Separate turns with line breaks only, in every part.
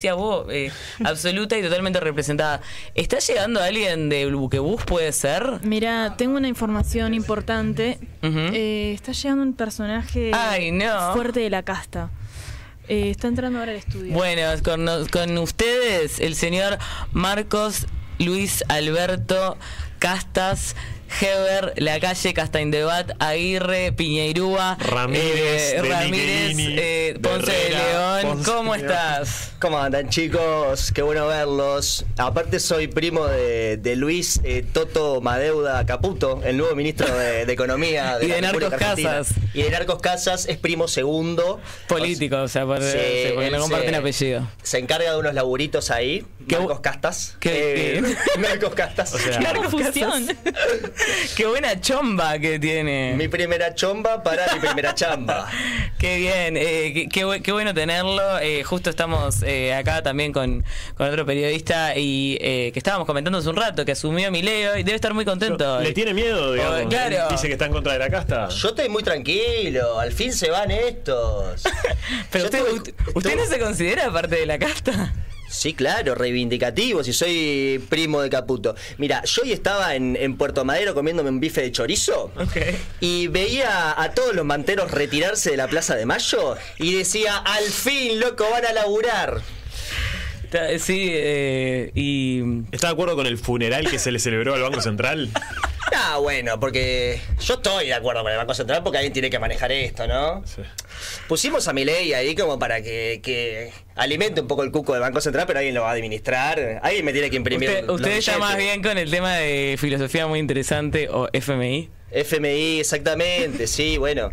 decía vos, eh, absoluta y totalmente representada. ¿Está llegando alguien de Buquebus, puede ser?
Mira, tengo una información importante.
Ujú.
Eh, está llegando un personaje
Ay, no.
fuerte de la casta. Eh, está entrando ahora al estudio.
Bueno, con, nos- con ustedes, el señor Marcos Luis Alberto Castas. Heber, La Calle, Castaindebat, Aguirre, Piñeirúa,
Ramírez, de
Ramírez,
Michelini,
eh,
de
Ponce de
Herrera,
León,
Ponce
¿cómo
de León.
estás?
¿Cómo andan chicos? Qué bueno verlos. Aparte soy primo de, de Luis eh, Toto Madeuda Caputo, el nuevo ministro de, de Economía.
Y de
la República
Narcos
Argentina.
Casas.
Y de Narcos Casas es primo segundo.
Político, o sea, por-
Sí,
sí, porque
él
no comparten
se-
apellido.
Se encarga de unos laburitos ahí.
Qué bu-
Narcos Castas. Eh,
qué- qué-
Narcos Castas.
O sea,
Narcos
Fusión.
Casas. Qué buena chomba que tiene.
mi primera chomba para mi primera chamba.
Qué bien, eh, qué, qué bu- qué bueno tenerlo. Eh, justo estamos eh, acá también con, con otro periodista y eh, que estábamos comentando hace un rato, que asumió Mileo y debe estar muy contento. hoy.
Le tiene miedo, digamos.
Oh, claro.
Dice que está en contra de la casta.
Yo estoy muy tranquilo. Al fin se van estos.
Pero
Yo
usted,
estuve-
usted- usted no
estuve-
se considera parte de la casta.
Sí, claro, reivindicativo, si soy primo de Caputo. Mira, yo hoy estaba en, en Puerto Madero comiéndome un bife de chorizo y veía a todos los manteros retirarse de la Plaza de Mayo y decía, al fin, loco, van a laburar.
Ta- Sí, eh, y
¿Está de acuerdo con el funeral que se le celebró al Banco Central?
Ah, bueno, porque yo estoy de acuerdo con el Banco Central porque alguien tiene que manejar esto, ¿no?
Sí.
Pusimos a Milei ahí como para que, que alimente un poco el cuco del Banco Central, pero alguien lo va a administrar, alguien me tiene que imprimir.
usted,
los
usted está
billetes.
más bien con el tema de filosofía muy interesante o FMI.
FMI, exactamente, sí, bueno.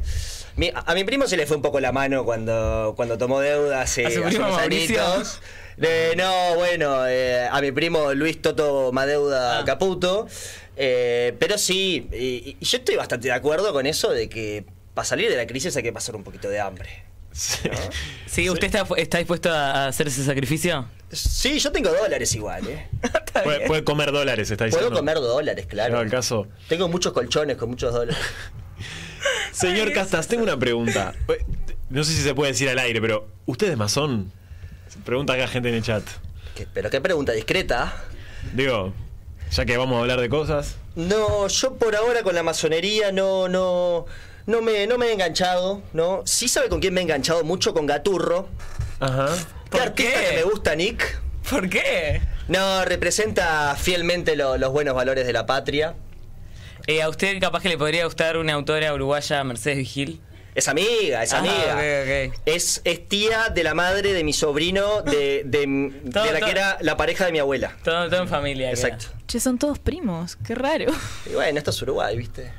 Mi- a mi primo se le fue un poco la mano cuando, cuando tomó deuda hace,
¿A su
hace
primo
unos
Mauricio?
añitos. Eh, no, bueno, eh, a mi primo Luis Toto Madeuda
Ah.
Caputo. Eh, pero sí, y- y yo estoy bastante de acuerdo con eso de que para salir de la crisis hay que pasar un poquito de hambre.
Sí.
Sí, ¿usted está, está dispuesto a a hacer ese sacrificio?
Sí, yo tengo dólares igual, ¿eh?
Puede, puede comer dólares, está diciendo.
Puedo comer dólares, claro.
No, el caso.
Tengo muchos colchones con muchos dólares.
Señor Castas, tengo una pregunta. No sé si se puede decir al aire, pero ¿usted es masón? Pregunta acá gente en el chat.
Que- pero qué pregunta discreta.
Digo, ya que vamos a hablar de cosas.
No, yo por ahora con la masonería no, no, no me, no me he enganchado, ¿no? Sí sabe con quién me he enganchado mucho, con Gaturro.
Ajá.
¿Por
artista
qué?
que me gusta, Nick?
¿Por qué?
No, representa fielmente lo- los buenos valores de la patria.
Eh, a usted capaz que le podría gustar una autora uruguaya, Mercedes Vigil.
Es amiga, es
Ah,
amiga.
ok, ok.
Es, es tía de la madre de mi sobrino, de, de, de
Todo,
la
todo.
que era la pareja de mi abuela.
Todo, todo en familia. queda.
Exacto.
Che, son todos primos. Qué raro.
Y bueno, esto es Uruguay, ¿viste?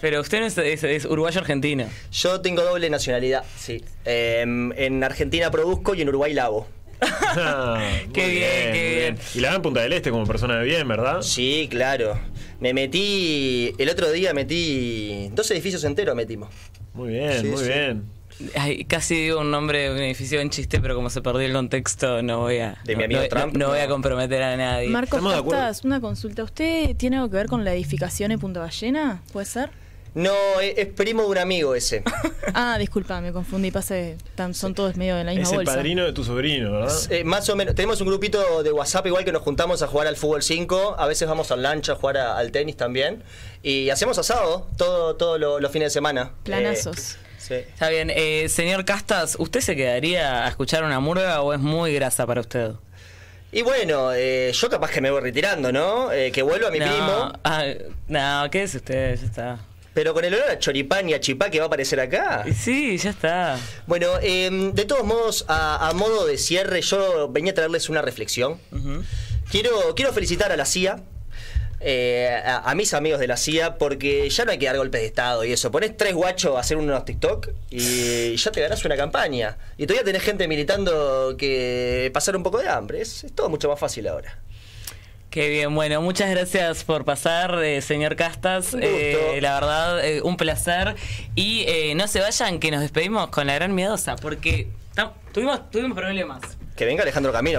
Pero usted no es, es- es uruguayo-argentino.
Yo tengo doble nacionalidad, sí. Em, en Argentina produzco y en Uruguay lavo.
Ah, Muy
Qué bien, qué
muy
bien.
Y la dan Punta del Este como persona de bien, ¿verdad?
Sí, claro. Me metí, el otro día metí dos edificios enteros metimos.
Muy bien,
Sí,
muy
sí.
bien.
Ay, casi digo un nombre de un edificio en chiste, pero como se perdió el contexto, no voy a.
De
no,
mi amigo
no-
Trump,
no- no voy a
no.
comprometer a nadie.
Marcos
Estamos de acuerdo.
Castas, una consulta. ¿Usted tiene algo que ver con la edificación en Punta Ballena? ¿Puede ser?
No, e-, es, es primo de un amigo ese.
Ah, disculpa, me confundí. Pase, tan, son todos medio de la misma
Es el
bolsa.
padrino de tu sobrino, ¿verdad?
Eh, más o menos, tenemos un grupito de WhatsApp igual que nos juntamos a jugar al fútbol 5, a veces vamos al lancha a jugar a- al tenis también y hacemos asado todo todos lo- los fines de semana.
Planazos.
Eh, sí.
Está bien. Eh, señor Castas, ¿usted se quedaría a escuchar una murga o es muy grasa para usted?
Y bueno, eh, yo capaz que me voy retirando, ¿no? Eh, que vuelvo a mi
no,
primo,
ah, no, ¿qué es usted? Ya está.
pero con el olor a choripán y a chipá que va a aparecer acá.
Y Sí, ya está.
Bueno, eh, de todos modos, a, a modo de cierre, yo venía a traerles una reflexión.
Ujú.
Quiero, quiero felicitar a la CIA, eh, a, a mis amigos de la CIA, porque ya no hay que dar golpes de Estado y eso. Ponés tres guachos a hacer unos TikTok y ya te ganás una campaña. Y todavía tenés gente militando que pasar un poco de hambre. Es, es todo mucho más fácil ahora.
Qué bien, bueno, muchas gracias por pasar, eh, señor Castas.
Un gusto.
Eh, la verdad, eh, un placer. Y eh, no se vayan, que nos despedimos con la gran miedosa, porque tam- tuvimos, tuvimos problemas.
Que venga Alejandro Camino.